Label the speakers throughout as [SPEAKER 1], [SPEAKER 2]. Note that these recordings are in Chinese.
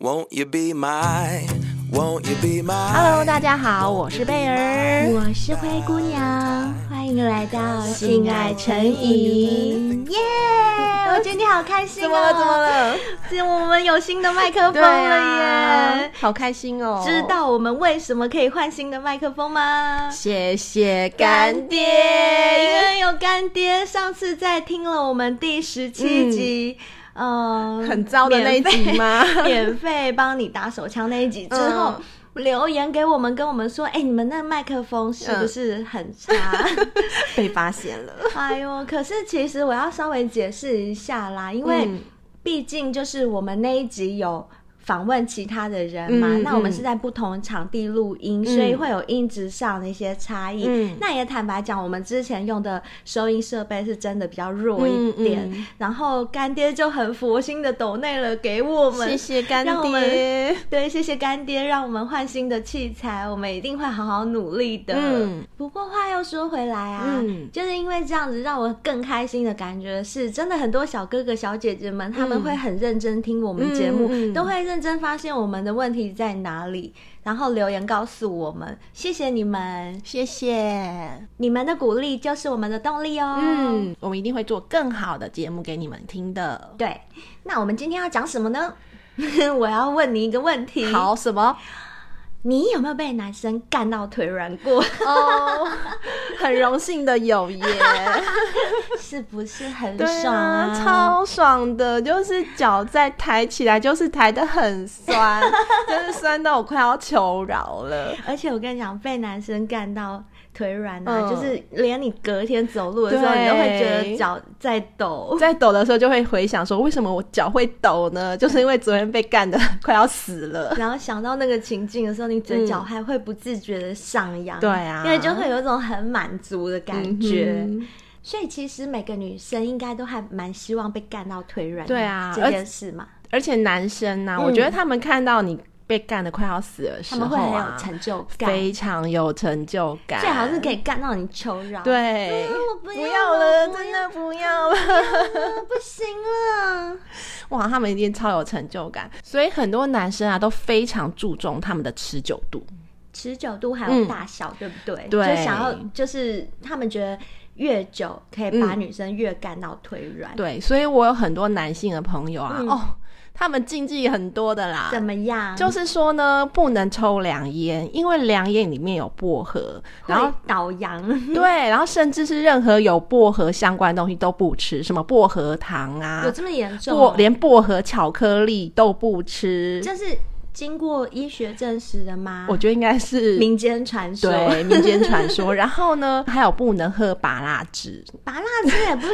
[SPEAKER 1] Won't you be my? Won't you be my?
[SPEAKER 2] Hello，大家好，我是贝儿。
[SPEAKER 3] 我是灰姑娘，欢迎来到性爱成瘾，耶！我觉得你好开心哦，
[SPEAKER 2] 怎么了？ 怎么？了？
[SPEAKER 3] 是我们有新的麦克风了耶！
[SPEAKER 2] 好开心哦！
[SPEAKER 3] 知道我们为什么可以换新的麦克风吗？
[SPEAKER 2] 谢谢干
[SPEAKER 3] 干爹，因
[SPEAKER 2] 爹，
[SPEAKER 3] 为有干爹，上次在听了我们第十七集，嗯，
[SPEAKER 2] 很糟的那一集吗？
[SPEAKER 3] 免费帮你打手枪那一集之后。
[SPEAKER 2] 嗯
[SPEAKER 3] 留言给我们，跟我们说，哎、你们那麦克风是
[SPEAKER 2] 嗯
[SPEAKER 3] 不是很差？
[SPEAKER 2] 被发现了。
[SPEAKER 3] 哎呦，可是其实我要稍微解释一下啦，因为
[SPEAKER 2] 嗯
[SPEAKER 3] 毕竟就是我们那一集有访问其他的人嘛，
[SPEAKER 2] 嗯
[SPEAKER 3] 那我们
[SPEAKER 2] 嗯
[SPEAKER 3] 是在不同场地录音，所以会有音质上的一些差异。
[SPEAKER 2] 嗯
[SPEAKER 3] 那也坦白讲，我们之前用的收音设备是真的比较弱一点，
[SPEAKER 2] 嗯嗯
[SPEAKER 3] 然后干爹就很佛心的抖内了给我们，
[SPEAKER 2] 谢谢干
[SPEAKER 3] 让我
[SPEAKER 2] 爹
[SPEAKER 3] 们。对，谢谢干爹，让我们换新的器材，我们一定会好好努力的。
[SPEAKER 2] 嗯
[SPEAKER 3] 不过话又说回来啊，
[SPEAKER 2] 嗯
[SPEAKER 3] 就是因为这样子，让我更开心的感觉是，真的很多小哥哥小姐姐们，他们会很认真听我们节目，
[SPEAKER 2] 嗯嗯嗯
[SPEAKER 3] 都会认真发现我们的问题在哪里，然后留言告诉我们。谢谢你们，
[SPEAKER 2] 谢谢，
[SPEAKER 3] 你们的鼓励就是我们的动力哦。
[SPEAKER 2] 嗯，我们一定会做更好的节目给你们听的。
[SPEAKER 3] 对，那我们今天要讲什么呢？ 我要问你一个问题。
[SPEAKER 2] 好，什么？
[SPEAKER 3] 你有没有被男生干到腿软过？
[SPEAKER 2] 哦，很荣幸的有耶，
[SPEAKER 3] 是不是很
[SPEAKER 2] 对
[SPEAKER 3] 爽
[SPEAKER 2] 啊，超爽的，就是脚再抬起来，就是抬得很 酸，就是酸到我快要求饶了。
[SPEAKER 3] 而且我跟你讲，被男生干到腿软啊，
[SPEAKER 2] 嗯
[SPEAKER 3] 就是连你隔天走路的时候，
[SPEAKER 2] 对
[SPEAKER 3] 你都会觉得脚在抖。
[SPEAKER 2] 在抖的时候就会回想说，为什么我脚会抖呢？就是因为昨天被干的快要死了。
[SPEAKER 3] 然后想到那个情境的时候，你嘴角还会不自觉的上扬，
[SPEAKER 2] 嗯对啊
[SPEAKER 3] 因为就会有一种很满足的感觉。
[SPEAKER 2] 嗯哼
[SPEAKER 3] 所以其实每个女生应该都还蛮希望被干到腿软，
[SPEAKER 2] 对啊
[SPEAKER 3] 这件事嘛，
[SPEAKER 2] 而且男生呢、
[SPEAKER 3] 嗯
[SPEAKER 2] 我觉得他们看到你被干的快要死的时
[SPEAKER 3] 他
[SPEAKER 2] 候、啊，
[SPEAKER 3] 们会很有成就感，
[SPEAKER 2] 非常有成就感，
[SPEAKER 3] 最好是可以干到你求饶。
[SPEAKER 2] 对。
[SPEAKER 3] 啊，我不
[SPEAKER 2] 不
[SPEAKER 3] 要
[SPEAKER 2] 要了，
[SPEAKER 3] 我不
[SPEAKER 2] 真
[SPEAKER 3] 要
[SPEAKER 2] 的不要了！
[SPEAKER 3] 了不行了。
[SPEAKER 2] 哇，他们一定超有成就感，所以很多男生啊都非常注重他们的持久度。
[SPEAKER 3] 嗯持久度还有
[SPEAKER 2] 嗯
[SPEAKER 3] 大小，对不对？
[SPEAKER 2] 对
[SPEAKER 3] 就想要就是他们觉得越久可以把
[SPEAKER 2] 嗯
[SPEAKER 3] 女生越干到腿软，
[SPEAKER 2] 对，所以我有很多男性的朋友啊，
[SPEAKER 3] 嗯
[SPEAKER 2] 哦，他们禁忌很多的啦，
[SPEAKER 3] 怎么样？
[SPEAKER 2] 就是说呢，不能抽凉烟，因为凉烟里面有薄荷，然
[SPEAKER 3] 会嗯
[SPEAKER 2] 后。
[SPEAKER 3] 倒羊，
[SPEAKER 2] 对，然后甚至是任何有薄荷相关的东西都不吃，什么薄荷糖啊
[SPEAKER 3] 有，这么严重
[SPEAKER 2] 薄
[SPEAKER 3] 吗？
[SPEAKER 2] 连薄荷巧克力都不吃。
[SPEAKER 3] 这是经过医学证实的吗？
[SPEAKER 2] 我觉得应该是
[SPEAKER 3] 民间传说，
[SPEAKER 2] 对民间传说。然后呢，还有不能喝拔蜡汁，
[SPEAKER 3] 拔蜡汁也不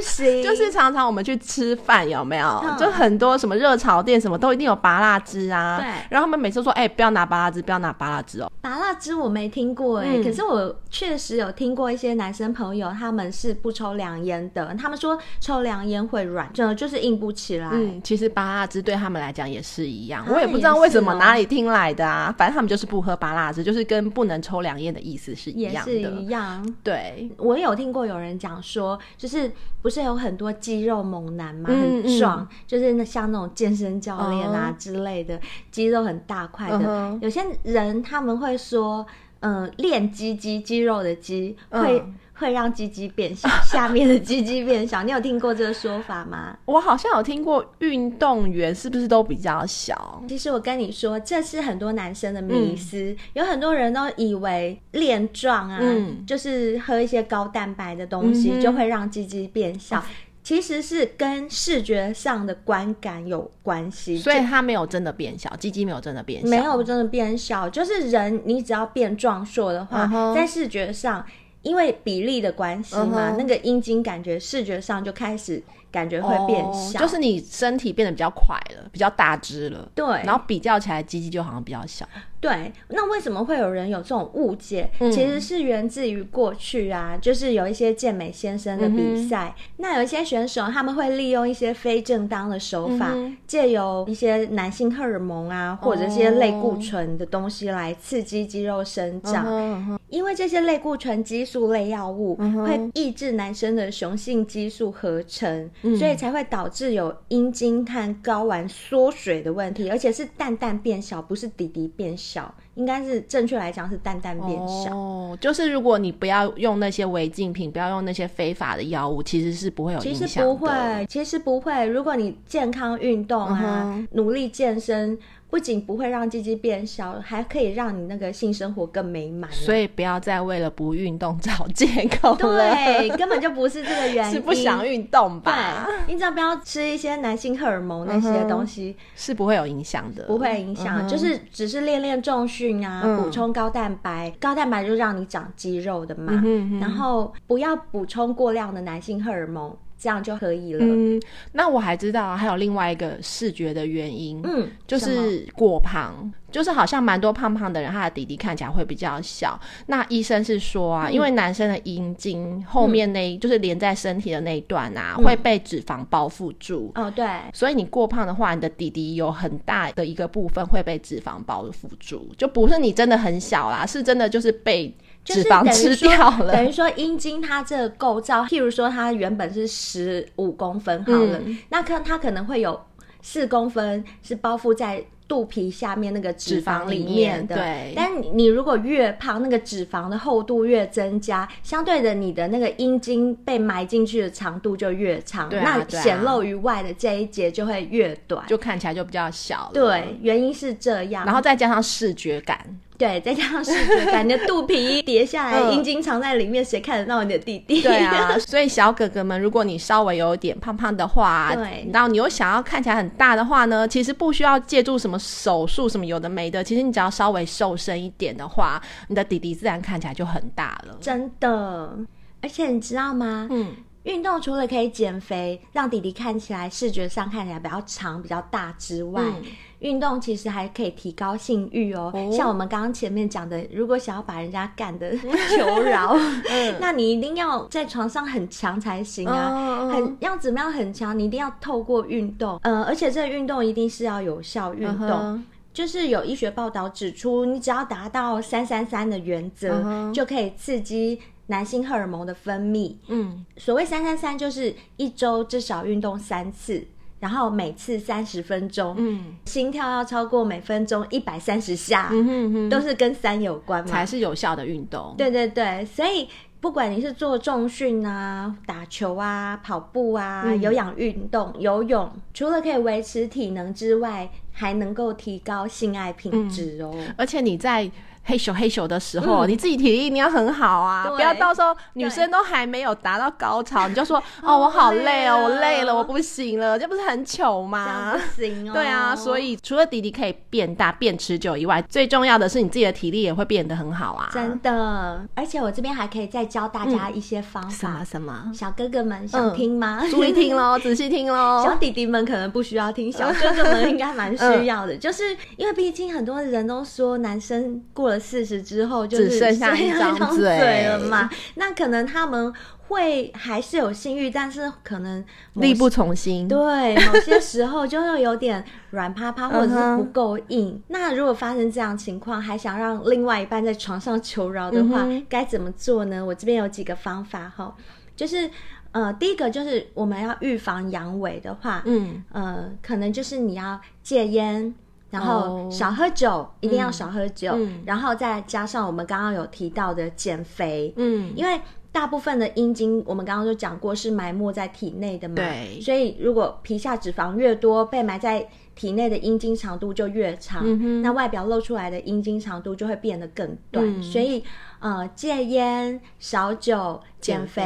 [SPEAKER 3] 行，
[SPEAKER 2] 就是常常我们去吃饭，有没有？
[SPEAKER 3] 嗯
[SPEAKER 2] 就很多什么热炒店什么都一定有拔蜡汁啊。
[SPEAKER 3] 对
[SPEAKER 2] 然后他们每次都说，哎、不要拿拔蜡汁，不要拿拔蜡汁哦。
[SPEAKER 3] 拔蜡汁我没听过哎、
[SPEAKER 2] 嗯
[SPEAKER 3] 可是我确实有听过一些男生朋友他们是不抽凉烟的，他们说抽凉烟会软，就就是硬不起来。
[SPEAKER 2] 嗯，其实拔蜡汁对他们来讲也是一样，
[SPEAKER 3] 啊
[SPEAKER 2] 我也不知道为什么
[SPEAKER 3] 也是哦
[SPEAKER 2] 哪里听来的啊，反正他们就是不喝拔蜡汁，就是跟不能抽两烟的意思是一
[SPEAKER 3] 也
[SPEAKER 2] 样
[SPEAKER 3] 是一
[SPEAKER 2] 的。
[SPEAKER 3] 样，
[SPEAKER 2] 对，
[SPEAKER 3] 我有听过有人讲说，就是不是有很多肌肉猛男嘛，
[SPEAKER 2] 嗯
[SPEAKER 3] 很壮，就是那像那种健身教练啊
[SPEAKER 2] 哦
[SPEAKER 3] 之类的，肌肉很大块的。
[SPEAKER 2] 嗯哼
[SPEAKER 3] 有些人他们会说，嗯、练鸡鸡肌肉的鸡
[SPEAKER 2] 嗯
[SPEAKER 3] 会、会让鸡鸡变小，下面的鸡鸡变小。你有听过这个说法吗？
[SPEAKER 2] 我好像有听过运动员是不是都比较小？
[SPEAKER 3] 其实我跟你说，这是很多男生的迷思，有很多人都以为练壮啊，
[SPEAKER 2] 嗯
[SPEAKER 3] 就是喝一些高蛋白的东西、
[SPEAKER 2] 嗯哼哦
[SPEAKER 3] 就会让鸡鸡变小。其实是跟视觉上的观感有关系，
[SPEAKER 2] 所以他没有真的变小，鸡鸡没有真的变小，
[SPEAKER 3] 没有真的变小，就是人你只要变壮硕的话
[SPEAKER 2] 嗯哼
[SPEAKER 3] 在视觉上，因为比例的关系嘛
[SPEAKER 2] 嗯哼
[SPEAKER 3] 那个阴茎感觉视觉上就开始感觉会变
[SPEAKER 2] 哦
[SPEAKER 3] 小，
[SPEAKER 2] 就是你身体变得比较快了，比较大只了。
[SPEAKER 3] 对
[SPEAKER 2] 然后比较起来，鸡鸡就好像比较小。
[SPEAKER 3] 对，那为什么会有人有这种误解？
[SPEAKER 2] 嗯
[SPEAKER 3] 其实是源自于过去啊，就是有一些健美先生的
[SPEAKER 2] 嗯
[SPEAKER 3] 比赛，那有一些选手他们会利用一些非正当的手法
[SPEAKER 2] 嗯哼，
[SPEAKER 3] 借、由一些男性荷尔蒙啊，或者一些类固醇的东西来刺激肌肉生长。
[SPEAKER 2] 哦嗯
[SPEAKER 3] 因为这些类固醇激素类药物
[SPEAKER 2] 嗯哼
[SPEAKER 3] 会抑制男生的雄性激素合成，
[SPEAKER 2] 嗯
[SPEAKER 3] 所以才会导致有阴茎和睾丸缩水的问题，而且是蛋蛋变小，不是弟弟变小，应该是正确来讲是蛋蛋变小。
[SPEAKER 2] 嗯哦，就是如果你不要用那些违禁品，不要用那些非法的药物，其实是不会有
[SPEAKER 3] 其
[SPEAKER 2] 影响
[SPEAKER 3] 实
[SPEAKER 2] 的。
[SPEAKER 3] 不会，其实不会。如果你健康运动啊，
[SPEAKER 2] 嗯哼
[SPEAKER 3] 努力健身，不仅不会让鸡鸡变小，还可以让你那个性生活更美满。
[SPEAKER 2] 所以不要再为了不运动找借口了。
[SPEAKER 3] 对，根本就不是这个原因，
[SPEAKER 2] 是不想运动吧？
[SPEAKER 3] 对，你只要不要吃一些男性荷尔蒙那些东西，
[SPEAKER 2] 是不会有影响的，
[SPEAKER 3] 不会影响，
[SPEAKER 2] 嗯哼
[SPEAKER 3] 就是只是练练重训啊，
[SPEAKER 2] 嗯
[SPEAKER 3] 补充高蛋白，高蛋白就让你长肌肉的嘛，
[SPEAKER 2] 嗯哼嗯哼
[SPEAKER 3] 然后不要补充过量的男性荷尔蒙，这样就可以了。
[SPEAKER 2] 嗯，那我还知道啊还有另外一个视觉的原因，
[SPEAKER 3] 嗯
[SPEAKER 2] 就
[SPEAKER 3] 什么
[SPEAKER 2] 是过胖，就是好像蛮多胖胖的人，他的底底看起来会比较小。那医生是说
[SPEAKER 3] 嗯
[SPEAKER 2] 啊，因为男生的阴茎后面那一、就是连在身体的那一段啊，
[SPEAKER 3] 嗯
[SPEAKER 2] 会被脂肪包覆住。
[SPEAKER 3] 哦，对，
[SPEAKER 2] 所以你过胖的话，你的底底有很大的一个部分会被脂肪包覆住，就不是你真的很小啦，是真的就是被
[SPEAKER 3] 就是
[SPEAKER 2] 脂
[SPEAKER 3] 等
[SPEAKER 2] 肪
[SPEAKER 3] 于
[SPEAKER 2] 吃
[SPEAKER 3] 说
[SPEAKER 2] 掉了。
[SPEAKER 3] 等于说阴茎它这个构造，譬如说它原本是十五公分好了，
[SPEAKER 2] 嗯
[SPEAKER 3] 那可它可能会有四公分是包覆在。肚皮下面那个脂肪里面的，
[SPEAKER 2] 脂肪里面对
[SPEAKER 3] 但你你如果越胖，那个脂肪的厚度越增加，相对的你的那个阴茎被埋进去的长度就越长，
[SPEAKER 2] 对啊对
[SPEAKER 3] 那
[SPEAKER 2] 啊
[SPEAKER 3] 显露于外的这一节就会越短。
[SPEAKER 2] 就看起来就比较小了。
[SPEAKER 3] 对，啊原因是这样。
[SPEAKER 2] 然后再加上视觉感，
[SPEAKER 3] 对，再加上视觉感，你的肚皮一叠下 来，
[SPEAKER 2] 嗯
[SPEAKER 3] 阴茎藏在里面，谁看得到你的弟 弟？
[SPEAKER 2] 对 啊，所以小哥哥们，如果你稍微有点胖胖的话，
[SPEAKER 3] 对
[SPEAKER 2] 然后你又想要看起来很大的话呢，其实不需要借助什么手术什么有的没的，其实你只要稍微瘦身一点的话，你的底底自然看起来就很大了。
[SPEAKER 3] 真的。而且你知道吗？
[SPEAKER 2] 嗯，
[SPEAKER 3] 运动除了可以减肥，让弟弟看起来视觉上看起来比较长、比较大之外，
[SPEAKER 2] 嗯
[SPEAKER 3] 运动其实还可以提高性欲哦。
[SPEAKER 2] 哦
[SPEAKER 3] 像我们刚刚前面讲的，如果想要把人家干的求 饶，嗯那你一定要在床上很强才行啊。
[SPEAKER 2] 嗯
[SPEAKER 3] 很要怎么样很强，你一定要透过运动，呃，而且这个运动一定是要有效运动。
[SPEAKER 2] 嗯
[SPEAKER 3] 就是有医学报道指出，你只要达到三三三的原则
[SPEAKER 2] 嗯哼
[SPEAKER 3] 就可以刺激男性荷尔蒙的分泌。
[SPEAKER 2] 嗯，
[SPEAKER 3] 所谓三三三，就是一周至少运动三次，然后每次三十分钟，
[SPEAKER 2] 嗯，
[SPEAKER 3] 心跳要超过每分钟一百三十下，
[SPEAKER 2] 嗯哼哼，
[SPEAKER 3] 都是跟三有关嘛。
[SPEAKER 2] 才是有效的运动。
[SPEAKER 3] 对对对，所以不管你是做重训啊、打球啊、跑步啊、
[SPEAKER 2] 嗯
[SPEAKER 3] 有氧运动、游泳，除了可以维持体能之外，还能够提高性爱
[SPEAKER 2] 嗯
[SPEAKER 3] 品质哦。
[SPEAKER 2] 而且你在嘿咻嘿咻的时候，
[SPEAKER 3] 嗯
[SPEAKER 2] 你自己体力你要很好啊，
[SPEAKER 3] 对
[SPEAKER 2] 不要到时候女生都还没有达到高潮，你就说哦我好累哦，
[SPEAKER 3] 我
[SPEAKER 2] 我
[SPEAKER 3] 累了
[SPEAKER 2] 累了，我不行了，这不是很糗
[SPEAKER 3] 这
[SPEAKER 2] 吗
[SPEAKER 3] 样？不 行哦。
[SPEAKER 2] 对啊，所以除了弟弟可以变大、变持久以外，最重要的是你自己的体力也会变得很好啊。
[SPEAKER 3] 真的，而且我这边还可以再教大家一些方
[SPEAKER 2] 嗯什
[SPEAKER 3] 法？
[SPEAKER 2] 么。什么
[SPEAKER 3] 小哥哥们想听吗？
[SPEAKER 2] 注意听 喽，仔细听
[SPEAKER 3] 小
[SPEAKER 2] 喽。
[SPEAKER 3] 弟弟们可能不需要听，小哥哥们应该蛮需要
[SPEAKER 2] 嗯
[SPEAKER 3] 的，就是因为毕竟很多人都说男生过了四十之后就是
[SPEAKER 2] 只剩下一张
[SPEAKER 3] 剩下
[SPEAKER 2] 嘴
[SPEAKER 3] 嘴了嘛，那可能他们会还是有性欲，但是可能某
[SPEAKER 2] 力不从心，
[SPEAKER 3] 对，某些时候就会有点软 趴趴，或者
[SPEAKER 2] 嗯
[SPEAKER 3] 是不够硬。那如果发生这样情况，还想让另外一半在床上求饶的话，
[SPEAKER 2] 嗯哼
[SPEAKER 3] 该怎么做呢？我这边有几个方法哈，就是呃，第一个就是我们要预防阳痿的话，
[SPEAKER 2] 嗯，
[SPEAKER 3] 呃，可能就是你要戒烟。然后
[SPEAKER 2] 哦
[SPEAKER 3] 少喝酒，一定要少喝酒，
[SPEAKER 2] 嗯
[SPEAKER 3] 然后再加上我们刚刚有提到的减肥，
[SPEAKER 2] 嗯，
[SPEAKER 3] 因为大部分的阴茎，我们刚刚就讲过是埋没在体内的嘛，
[SPEAKER 2] 对
[SPEAKER 3] 所以如果皮下脂肪越多，被埋在体内的阴茎长度就越长，
[SPEAKER 2] 嗯哼
[SPEAKER 3] 那外表露出来的阴茎长度就会变得更短，
[SPEAKER 2] 嗯
[SPEAKER 3] 所以呃，戒烟、少酒、减
[SPEAKER 2] 减
[SPEAKER 3] 肥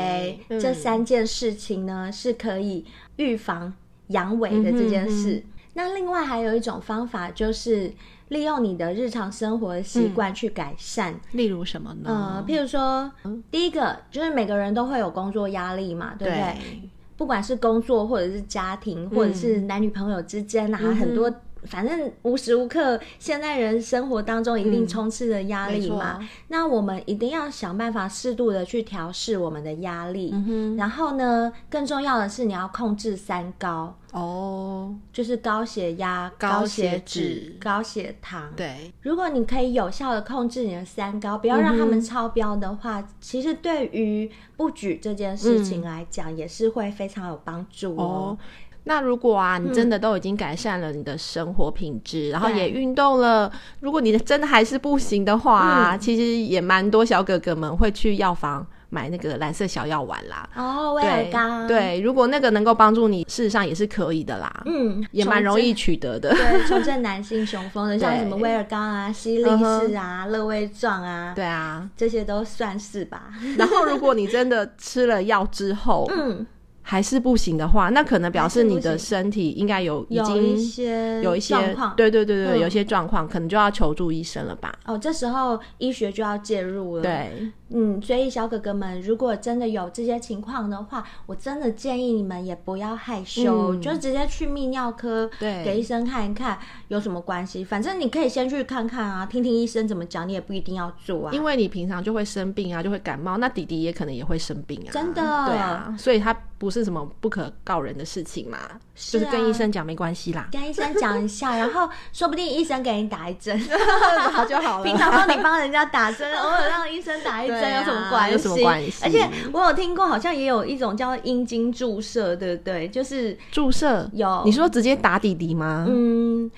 [SPEAKER 2] 肥嗯
[SPEAKER 3] 这三件事情呢，是可以预防阳痿
[SPEAKER 2] 嗯
[SPEAKER 3] 的这件事。那另外还有一种方法，就是利用你的日常生活的
[SPEAKER 2] 嗯
[SPEAKER 3] 习惯去改善。
[SPEAKER 2] 例如什么
[SPEAKER 3] 呃
[SPEAKER 2] 呢，？
[SPEAKER 3] 譬如说，第一个就是每个人都会有工作压力嘛，对不对？
[SPEAKER 2] 对，
[SPEAKER 3] 不管是工作，或者是家庭，或者是男女朋友之间啊，很多反正无时无刻现代人生活当中一定充斥着压
[SPEAKER 2] 没
[SPEAKER 3] 力
[SPEAKER 2] 错
[SPEAKER 3] 嘛，那我们一定要想办法适度的去调试我们的压力。
[SPEAKER 2] 嗯
[SPEAKER 3] 然后呢，更重要的是你要控制三高，
[SPEAKER 2] 哦，
[SPEAKER 3] 就是高血压、
[SPEAKER 2] 高
[SPEAKER 3] 高
[SPEAKER 2] 血
[SPEAKER 3] 血
[SPEAKER 2] 脂
[SPEAKER 3] 脂、高血糖。
[SPEAKER 2] 对，
[SPEAKER 3] 如果你可以有效的控制你的三高，不要让他
[SPEAKER 2] 嗯
[SPEAKER 3] 们超标的话，其实对于不举这件事情来讲，也是会非常有帮助
[SPEAKER 2] 哦
[SPEAKER 3] 哦。。
[SPEAKER 2] 那如果啊，你真的都已经改善了你的生活品质，然后
[SPEAKER 3] 对
[SPEAKER 2] 也运动了，如果你的真的还是不行的话、啊，其实也蛮多小哥哥们会去药房买那个蓝色小药丸啦。
[SPEAKER 3] 哦，威尔
[SPEAKER 2] 对
[SPEAKER 3] 刚，，
[SPEAKER 2] 对，如果那个能够帮助你，事实上也是可以的啦，
[SPEAKER 3] 嗯，
[SPEAKER 2] 也蛮容易
[SPEAKER 3] 重
[SPEAKER 2] 取得的。
[SPEAKER 3] 振。对，啊重振男性雄 风的，像
[SPEAKER 2] 对嗯
[SPEAKER 3] 什么威尔刚啊、西力士啊、乐威壮啊，
[SPEAKER 2] 对啊，
[SPEAKER 3] 这些都算 是吧。
[SPEAKER 2] 然后如果你真的吃了药之后，
[SPEAKER 3] 嗯，
[SPEAKER 2] 还是不行的话，那可能表示你的
[SPEAKER 3] 还是不行
[SPEAKER 2] 身体应该有已
[SPEAKER 3] 有一
[SPEAKER 2] 经
[SPEAKER 3] 些
[SPEAKER 2] 有一些
[SPEAKER 3] 状况，
[SPEAKER 2] 对对对对，
[SPEAKER 3] 嗯
[SPEAKER 2] 有一些状况，可能就要求助医生了吧？
[SPEAKER 3] 哦，这时候医学就要介入了。，
[SPEAKER 2] 对，
[SPEAKER 3] 嗯，所以小哥哥们，如果真的有这些情况的话，我真的建议你们也不要害羞，
[SPEAKER 2] 嗯
[SPEAKER 3] 就直接去泌尿科
[SPEAKER 2] 对
[SPEAKER 3] 给医生看一看有什么关系。反正你可以先去看看啊，听听医生怎么讲，你也不一定要做啊。
[SPEAKER 2] 因为你平常就会生病啊，就会感冒，那弟弟也可能也会生病啊，
[SPEAKER 3] 真的
[SPEAKER 2] 对啊，所以他不是什么不可告人的事情嘛，
[SPEAKER 3] 是
[SPEAKER 2] 就是跟
[SPEAKER 3] 啊，
[SPEAKER 2] 医生讲没关系啦
[SPEAKER 3] 跟医生讲一下，然后说不定医生给你打一 针。
[SPEAKER 2] 好就好
[SPEAKER 3] 平常帮你帮人家 打针，偶尔让医生打一针
[SPEAKER 2] 对啊
[SPEAKER 3] 有什么关系？
[SPEAKER 2] 有什么关系
[SPEAKER 3] 而且我有听过，好像也有一种叫阴茎注射，对不对？就是
[SPEAKER 2] 注射
[SPEAKER 3] 有
[SPEAKER 2] 你说直接打弟弟吗？
[SPEAKER 3] 嗯，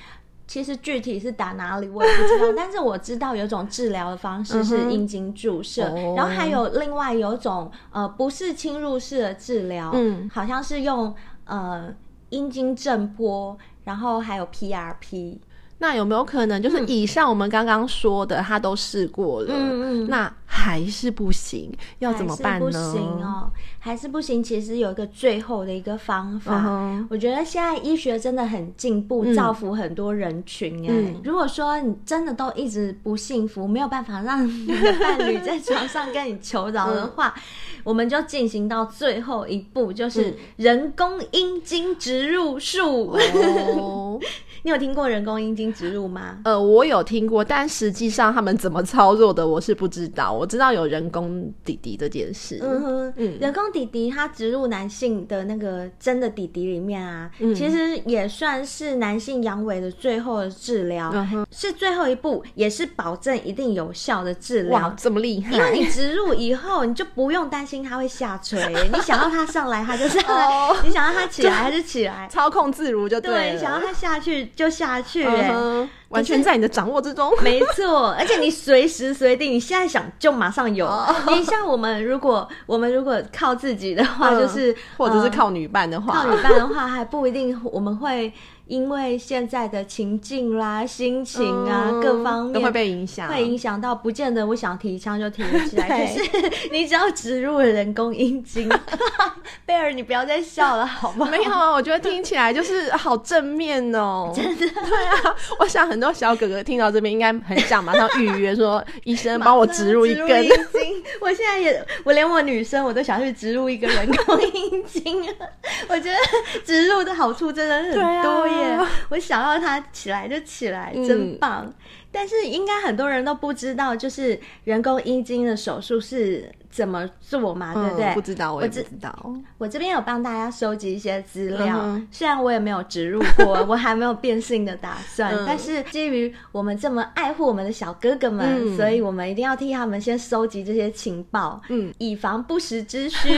[SPEAKER 3] 其实具体是打哪里我也不知道，但是我知道有种治疗的方式
[SPEAKER 2] 嗯
[SPEAKER 3] 是
[SPEAKER 2] 哼
[SPEAKER 3] 阴茎注射，
[SPEAKER 2] 哦
[SPEAKER 3] 然后还有另外有种呃不是侵入式的治疗，
[SPEAKER 2] 嗯
[SPEAKER 3] 好像是用呃阴茎震波，然后还有 PRP，
[SPEAKER 2] 那有没有可能就是以上我们刚刚说的，他都试过了，
[SPEAKER 3] 嗯嗯嗯
[SPEAKER 2] 那还是不行，要怎么办
[SPEAKER 3] 还
[SPEAKER 2] 呢？
[SPEAKER 3] 是不行哦，还是不行。其实有一个最后的一个方法
[SPEAKER 2] 嗯哼
[SPEAKER 3] 我觉得现在医学真的很进步，
[SPEAKER 2] 嗯
[SPEAKER 3] 造福很多人群哎、
[SPEAKER 2] 嗯
[SPEAKER 3] 如果说你真的都一直不幸福，没有办法让你的伴侣在床上跟你求饶的
[SPEAKER 2] 嗯
[SPEAKER 3] 话，我们就进行到最后一步，就是
[SPEAKER 2] 嗯
[SPEAKER 3] 人工阴茎植入术。
[SPEAKER 2] 哦，
[SPEAKER 3] 你有听过人工阴茎植入吗？
[SPEAKER 2] 呃，我有听过，但实际上他们怎么操作的，我是不知道。我知道有人工弟弟这件事，
[SPEAKER 3] 嗯哼，
[SPEAKER 2] 嗯
[SPEAKER 3] 人工底底它植入男性的那个真的底底里面啊，
[SPEAKER 2] 嗯
[SPEAKER 3] 其实也算是男性阳痿的最后的治疗，
[SPEAKER 2] 嗯哼
[SPEAKER 3] 是最后一步，也是保证一定有效的治
[SPEAKER 2] 哇，
[SPEAKER 3] 疗。
[SPEAKER 2] 这么厉
[SPEAKER 3] 因为
[SPEAKER 2] 害！
[SPEAKER 3] 你植入以后，你就不用担心它会下 垂，你想要它上来它就上来，
[SPEAKER 2] 哦
[SPEAKER 3] 你想要它起来它就起来，
[SPEAKER 2] 操控自如就
[SPEAKER 3] 对，
[SPEAKER 2] 了，
[SPEAKER 3] 想要它下去就下去、
[SPEAKER 2] 嗯
[SPEAKER 3] 哎
[SPEAKER 2] 哼完全在你的掌握之中。
[SPEAKER 3] 没错，而且你随时随地，你现在想就马上有。
[SPEAKER 2] 哦
[SPEAKER 3] 你像我们，如果我们如果靠自己的话，
[SPEAKER 2] 嗯
[SPEAKER 3] 就是
[SPEAKER 2] 或者是
[SPEAKER 3] 呃
[SPEAKER 2] 靠女伴的 话，
[SPEAKER 3] 靠女伴的话，还不一定我们会因为现在的情境啦、心情啊、
[SPEAKER 2] 嗯
[SPEAKER 3] 各方
[SPEAKER 2] 都会
[SPEAKER 3] 面。
[SPEAKER 2] 被影响，
[SPEAKER 3] 会影响到，不见得我想提枪就提得起来，可
[SPEAKER 2] 对
[SPEAKER 3] 是 你只要植入了人工阴 茎，贝尔，你不要再笑了，好 不 好？
[SPEAKER 2] 没有，啊，我觉得听起来就是好正面哦、 真的。对啊，我想很多小哥哥听到这边应该很想马上预约，说医生帮我植入一 根
[SPEAKER 3] 植入。阴茎。我现在也，我连我女生我都想去植入一个人 工阴茎啊！我觉得植入的好处真的很多耶，
[SPEAKER 2] 对啊
[SPEAKER 3] 我想要它起来就起来，
[SPEAKER 2] 嗯
[SPEAKER 3] 真棒。但是应该很多人都不知道，就是人工阴茎的手术是怎么做嘛，对不对？
[SPEAKER 2] 嗯不知道，我也不
[SPEAKER 3] 知
[SPEAKER 2] 知道。
[SPEAKER 3] 我这边有帮大家收集一些资料，
[SPEAKER 2] 嗯哼
[SPEAKER 3] 虽然我也没有植入 过，我还没有变性的打算，
[SPEAKER 2] 嗯
[SPEAKER 3] 但是基于我们这么爱护我们的小哥哥们，
[SPEAKER 2] 嗯
[SPEAKER 3] 所以我们一定要替他们先收集这些情报，
[SPEAKER 2] 嗯，
[SPEAKER 3] 以防不时 之需。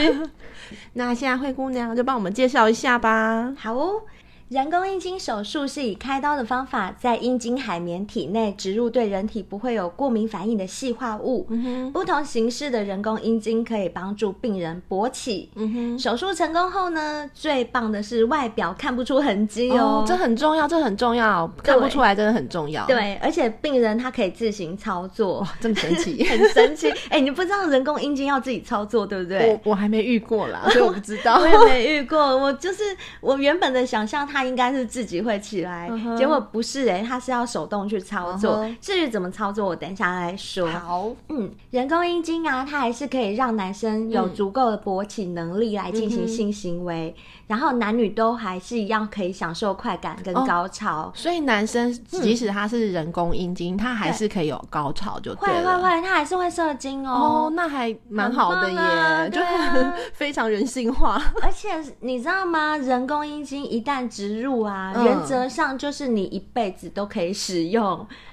[SPEAKER 2] 那现在灰姑娘就帮我们介绍一下吧。
[SPEAKER 3] 好哦。人工阴茎手术是以开刀的方法，在阴茎海绵体内植入对人体不会有过敏反应的细化物。
[SPEAKER 2] 嗯
[SPEAKER 3] 不同形式的人工阴茎可以帮助病人勃起。
[SPEAKER 2] 嗯哼，
[SPEAKER 3] 手术成功后呢，最棒的是外表看不出痕迹
[SPEAKER 2] 哦，
[SPEAKER 3] 哦。
[SPEAKER 2] 这很重要，这很重要，看不出来真的很重要。，
[SPEAKER 3] 对，而且病人他可以自行操作，。
[SPEAKER 2] 这么神奇
[SPEAKER 3] 很 神奇。哎、你不知道人工阴茎要自己操作，对不
[SPEAKER 2] 哦
[SPEAKER 3] 对？
[SPEAKER 2] 我我还没遇过啦，所以我不知道
[SPEAKER 3] 我。也没遇过，我就是我原本的想象，它它应该是自己会起来
[SPEAKER 2] 嗯哼
[SPEAKER 3] 结果不是哎、它是要手动去操作。
[SPEAKER 2] 嗯哼
[SPEAKER 3] 至于怎么操作，我等一下来说。
[SPEAKER 2] 好，
[SPEAKER 3] 嗯，人工阴茎啊，它还是可以让男生有
[SPEAKER 2] 嗯
[SPEAKER 3] 足够的勃起能力来进行性行为，然后男女都还是一样可以享受快感跟
[SPEAKER 2] 哦
[SPEAKER 3] 高潮。
[SPEAKER 2] 所以男生即使他是人工阴茎，他还是可以有高潮，就
[SPEAKER 3] 会
[SPEAKER 2] 对
[SPEAKER 3] 会
[SPEAKER 2] 了。
[SPEAKER 3] 会，它还是会射精
[SPEAKER 2] 哦
[SPEAKER 3] 哦，。
[SPEAKER 2] 那还蛮好的
[SPEAKER 3] 很棒啊
[SPEAKER 2] 耶，就
[SPEAKER 3] 对啊
[SPEAKER 2] 很非常人性 化。
[SPEAKER 3] 而且你知道吗？人工阴茎一旦植入啊，
[SPEAKER 2] 嗯
[SPEAKER 3] 原则上就是你一辈子都可以使用。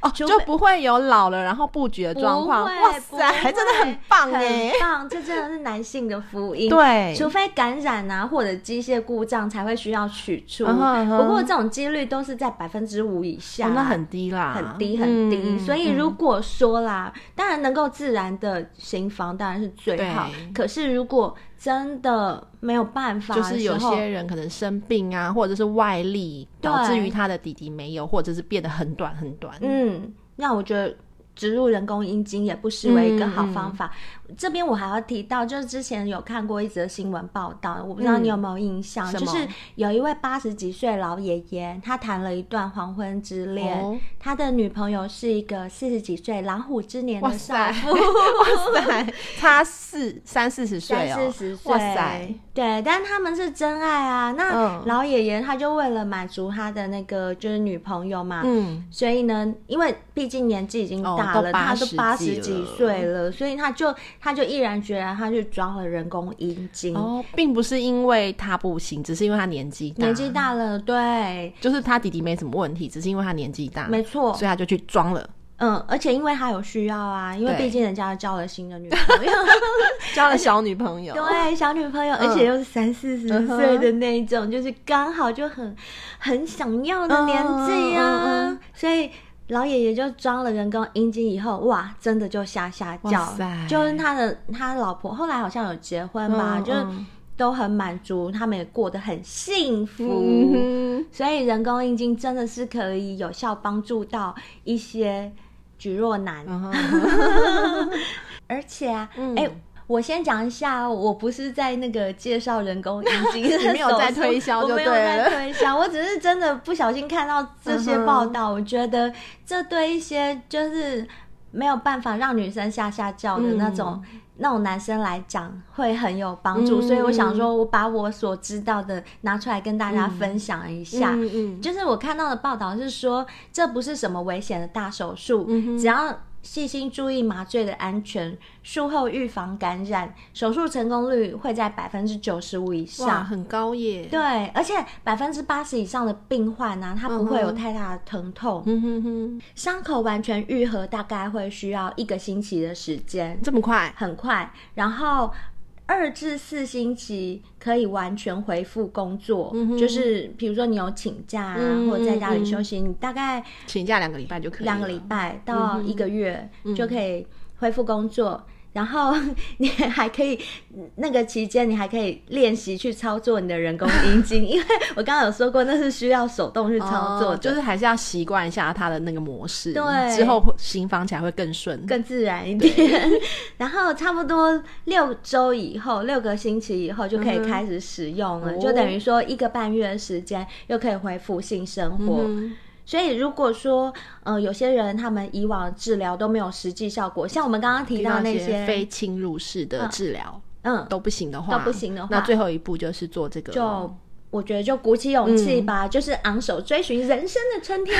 [SPEAKER 2] 哦，
[SPEAKER 3] 除
[SPEAKER 2] 就
[SPEAKER 3] 非
[SPEAKER 2] 不会有老了然后布局的状况。
[SPEAKER 3] 不会
[SPEAKER 2] 哇
[SPEAKER 3] 不
[SPEAKER 2] 塞，
[SPEAKER 3] 会
[SPEAKER 2] 真的很棒哎
[SPEAKER 3] 很！棒，这真的是男性的福音。
[SPEAKER 2] 对哦
[SPEAKER 3] 除非感染啊或者机械故障才会需要取出，
[SPEAKER 2] 嗯哼嗯哼
[SPEAKER 3] 不过这种几率都是在百分之五以下、
[SPEAKER 2] 哦那很低啦，
[SPEAKER 3] 很低很低，
[SPEAKER 2] 嗯
[SPEAKER 3] 所以如果说啦，当然能够自然的行房当然是最好。
[SPEAKER 2] 对
[SPEAKER 3] 可是如果真的没有办法
[SPEAKER 2] 就
[SPEAKER 3] 的时候，
[SPEAKER 2] 是有些人可能生病啊，或者是外力
[SPEAKER 3] 对
[SPEAKER 2] 导致于他的底底没有，或者是变得很短很短。
[SPEAKER 3] 嗯，那我觉得植入人工阴茎也不失为一个好方法。
[SPEAKER 2] 嗯
[SPEAKER 3] 这边我还要提到，就是之前有看过一则新闻报道，我不知道你有没有印象，
[SPEAKER 2] 什
[SPEAKER 3] 就
[SPEAKER 2] 么
[SPEAKER 3] 是有一位八十几岁老爷爷，他谈了一段黄昏之恋，
[SPEAKER 2] 哦
[SPEAKER 3] 他的女朋友是一个四十几岁狼虎之年
[SPEAKER 2] 哇
[SPEAKER 3] 的少
[SPEAKER 2] 塞， 哦
[SPEAKER 3] 妇。
[SPEAKER 2] 哇塞， 差四三四十岁
[SPEAKER 3] 三四
[SPEAKER 2] 哦，
[SPEAKER 3] 十岁，
[SPEAKER 2] 哇塞，，
[SPEAKER 3] 对，但他们是真爱啊。那
[SPEAKER 2] 嗯
[SPEAKER 3] 老爷爷他就为了满足他的那个就是女朋友嘛，
[SPEAKER 2] 嗯，
[SPEAKER 3] 所以呢，因为毕竟年纪已经大了，
[SPEAKER 2] 哦都
[SPEAKER 3] 他都
[SPEAKER 2] 80
[SPEAKER 3] 八十几
[SPEAKER 2] 几
[SPEAKER 3] 岁了，所以他就他就毅然决然，他就装了人工阴茎。
[SPEAKER 2] 哦，并不是因为他不行，只是因为他年纪大，
[SPEAKER 3] 年纪大了，对，
[SPEAKER 2] 就是他弟弟没什么问题，只是因为他年纪大，
[SPEAKER 3] 没错
[SPEAKER 2] 所以，他就去装了，
[SPEAKER 3] 嗯，而且因为他有需要啊，因为
[SPEAKER 2] 对
[SPEAKER 3] 毕竟人家交了新的女朋友，
[SPEAKER 2] 交了小女朋友，
[SPEAKER 3] 对，哎小女朋友，而
[SPEAKER 2] 嗯
[SPEAKER 3] 且又是三四十
[SPEAKER 2] 嗯哼
[SPEAKER 3] 岁的那一种，就是刚好就很很想要的年纪
[SPEAKER 2] 嗯嗯
[SPEAKER 3] 啊
[SPEAKER 2] 嗯，
[SPEAKER 3] 所以。老爷爷就装了人工阴茎以后，哇，真的就吓吓叫
[SPEAKER 2] 哇塞，
[SPEAKER 3] 就是他的他老婆后来好像有结婚吧，
[SPEAKER 2] 嗯
[SPEAKER 3] 就是
[SPEAKER 2] 嗯
[SPEAKER 3] 都很满足，他们也过得很幸福。
[SPEAKER 2] 嗯哼
[SPEAKER 3] 所以人工阴茎真的是可以有效帮助到一些举弱男，
[SPEAKER 2] 嗯哼，
[SPEAKER 3] 而且啊，哎、
[SPEAKER 2] 嗯
[SPEAKER 3] 我先讲一下哦，我不是在那个介绍人工阴 茎的手术，
[SPEAKER 2] 没有在推销就
[SPEAKER 3] 我
[SPEAKER 2] 对
[SPEAKER 3] 没有
[SPEAKER 2] 了
[SPEAKER 3] 在推销， 我只是真的不小心看到这些报
[SPEAKER 2] 嗯
[SPEAKER 3] 道，我觉得这对一些就是没有办法让女生吓吓叫的那种、那种男生来讲会很有帮助，
[SPEAKER 2] 嗯
[SPEAKER 3] 所以我想说，我把我所知道的拿出来跟大家分享一下。
[SPEAKER 2] 嗯嗯，
[SPEAKER 3] 就是我看到的报道是说，这不是什么危险的大手术，
[SPEAKER 2] 嗯哼
[SPEAKER 3] 只要细心注意麻醉的安全，术后预防感染，手术成功率会在百分之九十五以
[SPEAKER 2] 哇，
[SPEAKER 3] 上。
[SPEAKER 2] 很高耶，
[SPEAKER 3] 对，而且百分之八十以上的病患呢、他不会有太大的疼痛，
[SPEAKER 2] 嗯哼哼，
[SPEAKER 3] 伤口完全愈合大概会需要一个星期的时间，
[SPEAKER 2] 这么快，
[SPEAKER 3] 很快。然后二至四星期可以完全恢复工作，
[SPEAKER 2] 嗯哼
[SPEAKER 3] 就是比如说你有请假啊，
[SPEAKER 2] 嗯
[SPEAKER 3] 或者在家里
[SPEAKER 2] 嗯
[SPEAKER 3] 休息，你大概
[SPEAKER 2] 请假两个礼拜就可以了，
[SPEAKER 3] 两个礼拜到一个
[SPEAKER 2] 啊
[SPEAKER 3] 月
[SPEAKER 2] 嗯
[SPEAKER 3] 就可以恢复工作。然后 你还可以，那个期间你还可以练习去操作你的人工阴茎，因为我刚刚有说过那是需要手动去操作的，
[SPEAKER 2] 哦就是还是要习惯一下它的那个模式，
[SPEAKER 3] 对
[SPEAKER 2] 之后会行房起来会更顺。
[SPEAKER 3] 更自然一点。 然后差不多六周以后，六个星期以后就可以开始使用了，
[SPEAKER 2] 哦
[SPEAKER 3] 就等于说一个半月的时间又可以恢复性生活。
[SPEAKER 2] 嗯
[SPEAKER 3] 所以如果说，呃，有些人他们以往的治疗都没有实际效果，像我们刚刚提
[SPEAKER 2] 听
[SPEAKER 3] 到
[SPEAKER 2] 到
[SPEAKER 3] 那
[SPEAKER 2] 一
[SPEAKER 3] 些，
[SPEAKER 2] 些非侵入式的治疗、
[SPEAKER 3] 嗯，
[SPEAKER 2] 都不行的话，
[SPEAKER 3] 都不行的话
[SPEAKER 2] 那最后一步就是做这个，
[SPEAKER 3] 就我觉得就鼓起勇
[SPEAKER 2] 嗯
[SPEAKER 3] 气吧，就是昂首追寻人生的 春天。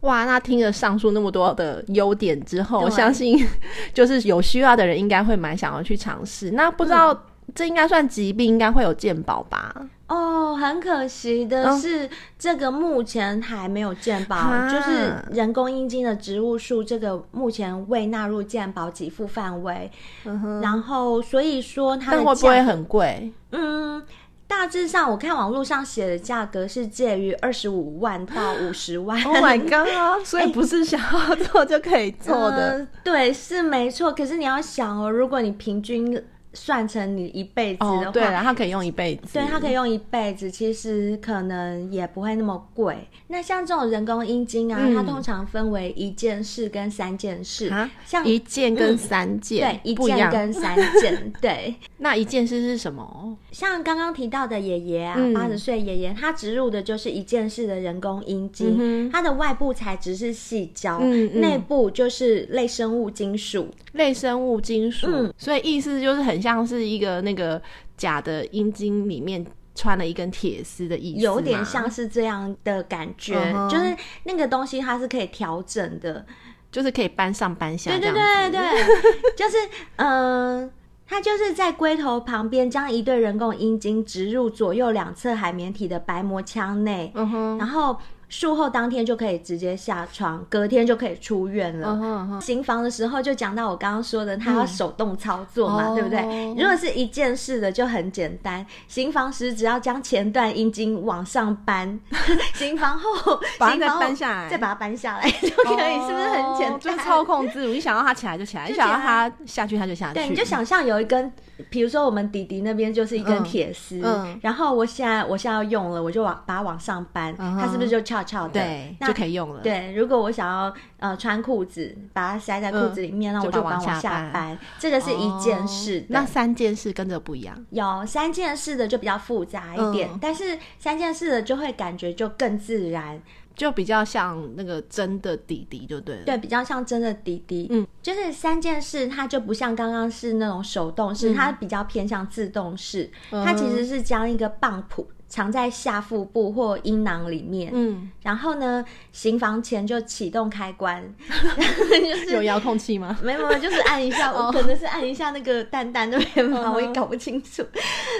[SPEAKER 2] 哇。那听了上述那么多的优点之后，
[SPEAKER 3] 对
[SPEAKER 2] 我相信 就是有需要的人应该会蛮想要去尝试。那不知道、
[SPEAKER 3] 嗯
[SPEAKER 2] 这应该算疾病，应该会有健保吧？
[SPEAKER 3] 哦，很可惜
[SPEAKER 2] 嗯
[SPEAKER 3] 的是，这个目前还没有健保，
[SPEAKER 2] 啊
[SPEAKER 3] 就是人工阴茎的植物树，这个目前未纳入健保给付范围。
[SPEAKER 2] 嗯哼，
[SPEAKER 3] 然后，所以说它
[SPEAKER 2] 但
[SPEAKER 3] 的
[SPEAKER 2] 会不会
[SPEAKER 3] 价
[SPEAKER 2] 很贵？
[SPEAKER 3] 嗯，大致上我看网络上写的价格是介于二十五万到五十万。
[SPEAKER 2] Oh my god！所 以不是想
[SPEAKER 3] 哎
[SPEAKER 2] 要做就可以做的，
[SPEAKER 3] 嗯对，是没错。可是你要想哦，如果你平均算成你一辈子呃的
[SPEAKER 2] 哦
[SPEAKER 3] 话，，
[SPEAKER 2] 对了，它可以用一辈子，
[SPEAKER 3] 对，它可以用一辈子，其实可能也不会那么贵。那像这种人工阴茎啊，
[SPEAKER 2] 嗯
[SPEAKER 3] 它通常分为一件事跟三件事，
[SPEAKER 2] 啊，
[SPEAKER 3] 像嗯
[SPEAKER 2] 一件跟三件、
[SPEAKER 3] 对一
[SPEAKER 2] 不一
[SPEAKER 3] 件
[SPEAKER 2] 样。
[SPEAKER 3] 跟三 件，对。
[SPEAKER 2] 那一件是是什么？
[SPEAKER 3] 像刚刚提到的爷爷啊
[SPEAKER 2] 嗯，
[SPEAKER 3] 八十岁爷爷，他植入的就是一件式的人工阴茎，
[SPEAKER 2] 嗯哼
[SPEAKER 3] 它的外部材质是细胶，
[SPEAKER 2] 嗯嗯
[SPEAKER 3] 内部就是类生物金属。
[SPEAKER 2] 类生物金属，
[SPEAKER 3] 嗯
[SPEAKER 2] 所以意思就是很像是一个那个假的阴茎里面穿了一根铁丝的意思，
[SPEAKER 3] 有点像，是这样的感觉
[SPEAKER 2] 嗯哼
[SPEAKER 3] 就是那个东西它是可以调整的，
[SPEAKER 2] 就是可以搬上搬下，
[SPEAKER 3] 对对
[SPEAKER 2] 这样
[SPEAKER 3] 对
[SPEAKER 2] 子，
[SPEAKER 3] 对，就是嗯。呃它就是在龟头旁边将一对人工阴茎植入左右两侧海绵体的白膜腔内，
[SPEAKER 2] 嗯哼，
[SPEAKER 3] 然后术后当天就可以直接下床，隔天就可以出院了。
[SPEAKER 2] 嗯哼嗯哼，
[SPEAKER 3] 行房的时候就讲到我刚刚说的，他要手动操作嘛，
[SPEAKER 2] 哦
[SPEAKER 3] 对不对？如果是一件事的就很简单，行房时只要将前段阴茎往上搬， 行房后
[SPEAKER 2] 把它
[SPEAKER 3] 行
[SPEAKER 2] 再
[SPEAKER 3] 房后
[SPEAKER 2] 搬下来
[SPEAKER 3] 再把它搬下来 就可以，是不是很简
[SPEAKER 2] 哦
[SPEAKER 3] 单？
[SPEAKER 2] 就是操控自如，你想要它起来就起来，
[SPEAKER 3] 就
[SPEAKER 2] 你
[SPEAKER 3] 起来
[SPEAKER 2] 想要它下去它就下去，
[SPEAKER 3] 对，你就想象有一根，比如说我们弟弟那边就是一根铁丝，
[SPEAKER 2] 嗯嗯
[SPEAKER 3] 然后我现在我现在要用了，我就往把它往上搬，
[SPEAKER 2] 嗯哼
[SPEAKER 3] 它是不是就翘翘的？
[SPEAKER 2] 对
[SPEAKER 3] 那
[SPEAKER 2] 就可以用了，，
[SPEAKER 3] 对，如果我想要呃穿裤子，把它塞在裤子里面，
[SPEAKER 2] 嗯
[SPEAKER 3] 那我
[SPEAKER 2] 就
[SPEAKER 3] 就
[SPEAKER 2] 把
[SPEAKER 3] 把
[SPEAKER 2] 它
[SPEAKER 3] 它
[SPEAKER 2] 往
[SPEAKER 3] 往
[SPEAKER 2] 下
[SPEAKER 3] 下
[SPEAKER 2] 搬
[SPEAKER 3] 搬，这个是一件事的。
[SPEAKER 2] 哦那三件事跟着不一样，
[SPEAKER 3] 有三件事的就比较复杂一点，
[SPEAKER 2] 嗯
[SPEAKER 3] 但是三件事的就会感觉就更自然，
[SPEAKER 2] 就比较像那个真的弟弟，就对了，
[SPEAKER 3] 对，比较像真的滴滴。
[SPEAKER 2] 嗯，
[SPEAKER 3] 就是三件事，它就不像刚刚是那种手动式，
[SPEAKER 2] 嗯
[SPEAKER 3] 它比较偏向自动式，
[SPEAKER 2] 嗯
[SPEAKER 3] 它其实是将一个棒谱藏在下腹部或阴囊里面。
[SPEAKER 2] 嗯，
[SPEAKER 3] 然后呢，行房前就启动开 关，就是
[SPEAKER 2] 有哦遥控器吗？
[SPEAKER 3] 没有，没有，就是按一下，我可能是按一下那个蛋蛋那边
[SPEAKER 2] 嗯
[SPEAKER 3] 吧，我也搞不清楚。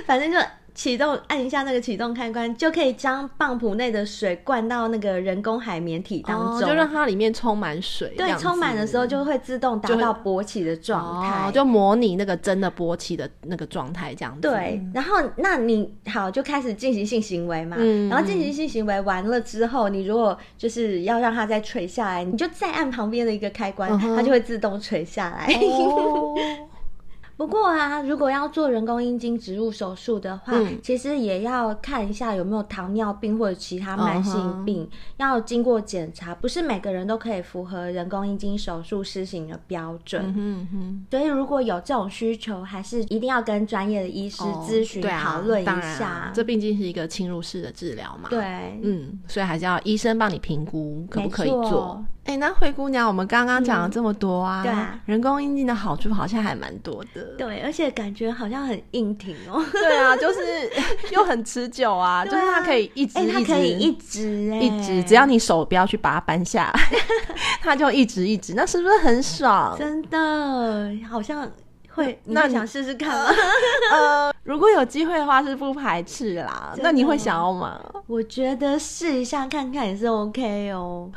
[SPEAKER 3] 反正就启动，按一下那个启动开关，就可以将棒浦内的水灌到那个人工海绵体当
[SPEAKER 2] 哦，
[SPEAKER 3] 中，
[SPEAKER 2] 就让它里面充满水，这
[SPEAKER 3] 对
[SPEAKER 2] 样子嗯
[SPEAKER 3] 充满的时候就会自动达
[SPEAKER 2] 就会
[SPEAKER 3] 到勃起的状态。
[SPEAKER 2] 哦，就模拟那个真的勃起的那个状态这样子。
[SPEAKER 3] 对，然后那你好就开始进行性行为嘛，
[SPEAKER 2] 嗯
[SPEAKER 3] 然后进行性行为完了之后，你如果就是要让它再垂下来，你就再按旁边的一个开关，
[SPEAKER 2] 嗯哼
[SPEAKER 3] 它就会自动垂下来。
[SPEAKER 2] 哦，
[SPEAKER 3] 不过啊，如果要做人工阴茎植入手术的话，
[SPEAKER 2] 嗯
[SPEAKER 3] 其实也要看一下有没有糖尿病或者其他慢性
[SPEAKER 2] 哦
[SPEAKER 3] 病要经过检查。不是每个人都可以符合人工阴茎手术施行的标准，
[SPEAKER 2] 嗯哼嗯
[SPEAKER 3] 所以如果有这种需求，还是一定要跟专业的医师
[SPEAKER 2] 哼，哦
[SPEAKER 3] 咨询、
[SPEAKER 2] 对啊
[SPEAKER 3] 讨论一
[SPEAKER 2] 当然
[SPEAKER 3] 下
[SPEAKER 2] 啊。这毕竟是一个侵入式的治疗嘛。。
[SPEAKER 3] 对，
[SPEAKER 2] 嗯，所以还是要医生帮你评估可不可以
[SPEAKER 3] 没错
[SPEAKER 2] 做。哎、那灰姑娘，我们刚刚讲了这么多啊，
[SPEAKER 3] 嗯对啊
[SPEAKER 2] 人工阴茎的好处好像还蛮多的。
[SPEAKER 3] 对，而且感觉好像很硬挺哦。
[SPEAKER 2] 对啊，就是 又很持久啊，就是它可 以一直
[SPEAKER 3] 哎、它
[SPEAKER 2] 一直、
[SPEAKER 3] 可以一直、哎，
[SPEAKER 2] 一直，只要你手不要去把它搬下 来，它就一直一直，那是不是很爽？啊
[SPEAKER 3] 真的好像会，你
[SPEAKER 2] 那
[SPEAKER 3] 会
[SPEAKER 2] 你
[SPEAKER 3] 想试试看吗？
[SPEAKER 2] 呃，如果有机会的话是不排斥啦。
[SPEAKER 3] 真的
[SPEAKER 2] 那你会想要吗？
[SPEAKER 3] 我觉得试一下看看也是 OK 哦。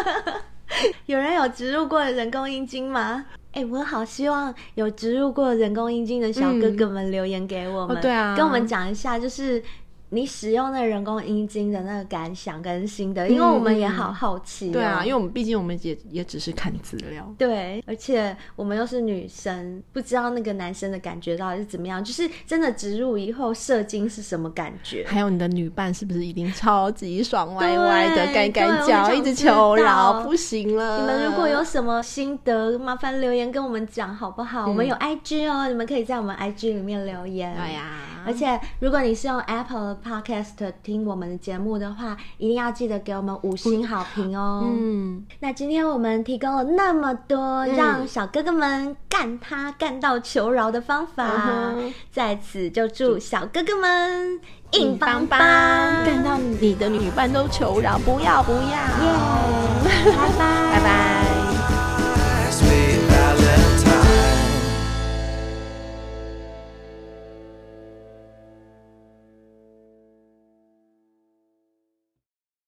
[SPEAKER 3] 有人有植入过人工阴茎吗？哎、我好希望有植入过人工阴茎的小哥哥们留言给我们，
[SPEAKER 2] 哦对啊
[SPEAKER 3] 跟我们讲一下，就是你使用那人工阴茎的那个感想跟心得，因为我们也好好奇哦、
[SPEAKER 2] 对啊，因为我们毕竟我们也也只是看资料。
[SPEAKER 3] 对，而且我们又是女生，不知道那个男生的感觉到底是怎么样，就是真的植入以后射精是什么感觉？
[SPEAKER 2] 还有你的女伴是不是一定超级爽歪歪的，
[SPEAKER 3] 对
[SPEAKER 2] 干干脚，
[SPEAKER 3] 对
[SPEAKER 2] 一
[SPEAKER 3] 我
[SPEAKER 2] 直
[SPEAKER 3] 想
[SPEAKER 2] 求
[SPEAKER 3] 知道
[SPEAKER 2] 饶，不行了。
[SPEAKER 3] 你们如果
[SPEAKER 2] 呃
[SPEAKER 3] 有什么心得，麻烦留言跟我们讲好不
[SPEAKER 2] 嗯
[SPEAKER 3] 好？我们有 IG 哦，你们可以在我们 IG 里面留言。
[SPEAKER 2] 对哎呀、
[SPEAKER 3] 而且，如果你是用 Apple 的 Podcast 听我们的节目的话，一定要记得给我们五星好评哦。
[SPEAKER 2] 嗯，
[SPEAKER 3] 那今天我们提供了那么多让小哥哥们干他干到求饶的方法，
[SPEAKER 2] 嗯哼
[SPEAKER 3] 在此就祝小哥哥们硬邦邦，
[SPEAKER 2] 干到你的女伴都求饶，不要不要。
[SPEAKER 3] 耶！拜拜，
[SPEAKER 2] 拜拜。